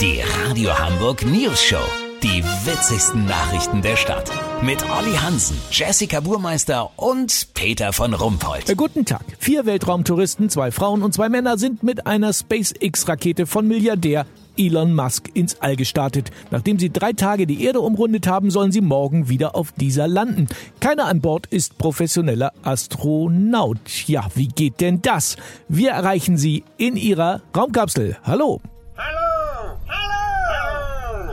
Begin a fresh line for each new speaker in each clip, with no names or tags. Die Radio Hamburg News Show. Die witzigsten Nachrichten der Stadt. Mit Olli Hansen, Jessica Burmeister und Peter von Rumpold.
Äh, Guten Tag. Vier Weltraumtouristen, zwei Frauen und zwei Männer sind mit einer SpaceX-Rakete von Milliardär Elon Musk ins All gestartet. Nachdem sie drei Tage die Erde umrundet haben, sollen sie morgen wieder auf dieser landen. Keiner an Bord ist professioneller Astronaut. Ja, wie geht denn das? Wir erreichen sie in ihrer Raumkapsel. Hallo.
Hallo! Hallo! Hallo!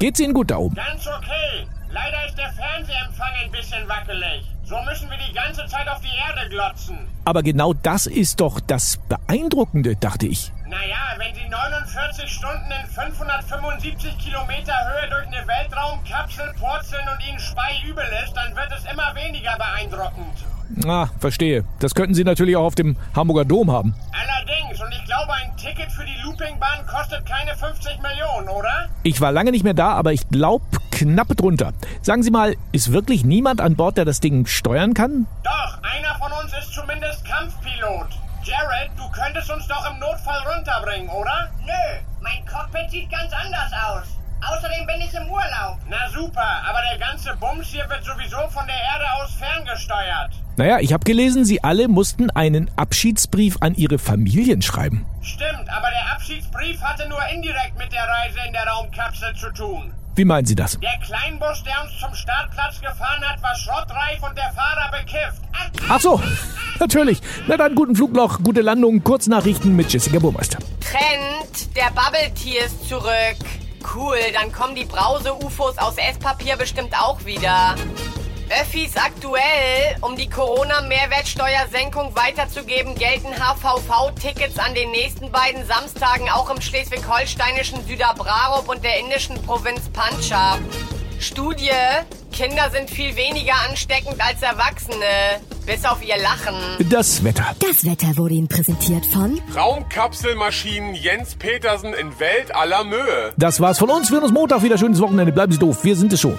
Geht's Ihnen gut da oben?
Ganz okay. Leider ist der Fernsehempfang ein bisschen wackelig. So müssen wir die ganze Zeit auf die Erde glotzen.
Aber genau das ist doch das Beeindruckende, dachte ich.
Naja, wenn Sie 49 Stunden in 575 Kilometer Höhe durch eine Weltraumkapsel purzeln und Ihnen Spei übel ist, dann wird es immer weniger beeindruckend.
Ah, verstehe. Das könnten Sie natürlich auch auf dem Hamburger Dom haben.
Allerdings, und ich glaube, ein Ticket für die Loopingbahn kostet keine 50 Millionen, oder?
Ich war lange nicht mehr da, aber ich glaube knapp drunter. Sagen Sie mal, ist wirklich niemand an Bord, der das Ding steuern kann?
Doch, einer von uns ist zumindest Kampfpilot. Jared, du könntest uns doch im Notfall runterbringen, oder? Nö, mein Cockpit sieht ganz anders aus. Außerdem bin ich im Urlaub. Na super, aber der ganze Bums hier wird sowieso von der Erde aus ferngesteuert.
Naja, ich habe gelesen, Sie alle mussten einen Abschiedsbrief an Ihre Familien schreiben.
Stimmt, aber der Abschiedsbrief hatte nur indirekt mit der Reise in der Raumkapsel zu tun.
Wie meinen Sie das?
Der Kleinbus, der uns zum Startplatz gefahren hat, war schrottreif und der Fahrer bekifft.
Ach so, natürlich. Na dann, guten Flug noch, gute Landung, Kurznachrichten mit Jessica Burmeister.
Trend, der Bubble Tea ist zurück. Cool, dann kommen die Brause-UFOs aus Esspapier bestimmt auch wieder. Öffis aktuell, um die Corona-Mehrwertsteuersenkung weiterzugeben, gelten HVV-Tickets an den nächsten beiden Samstagen auch im schleswig-holsteinischen Süderbrarup und der indischen Provinz Punjab. Studie, Kinder sind viel weniger ansteckend als Erwachsene, bis auf ihr Lachen.
Das Wetter.
Das Wetter wurde Ihnen präsentiert von
Raumkapselmaschinen Jens Petersen in Welt aller Mühe.
Das war's von uns. Wir sehen uns Montag wieder. Schönes Wochenende. Bleiben Sie doof. Wir sind es schon.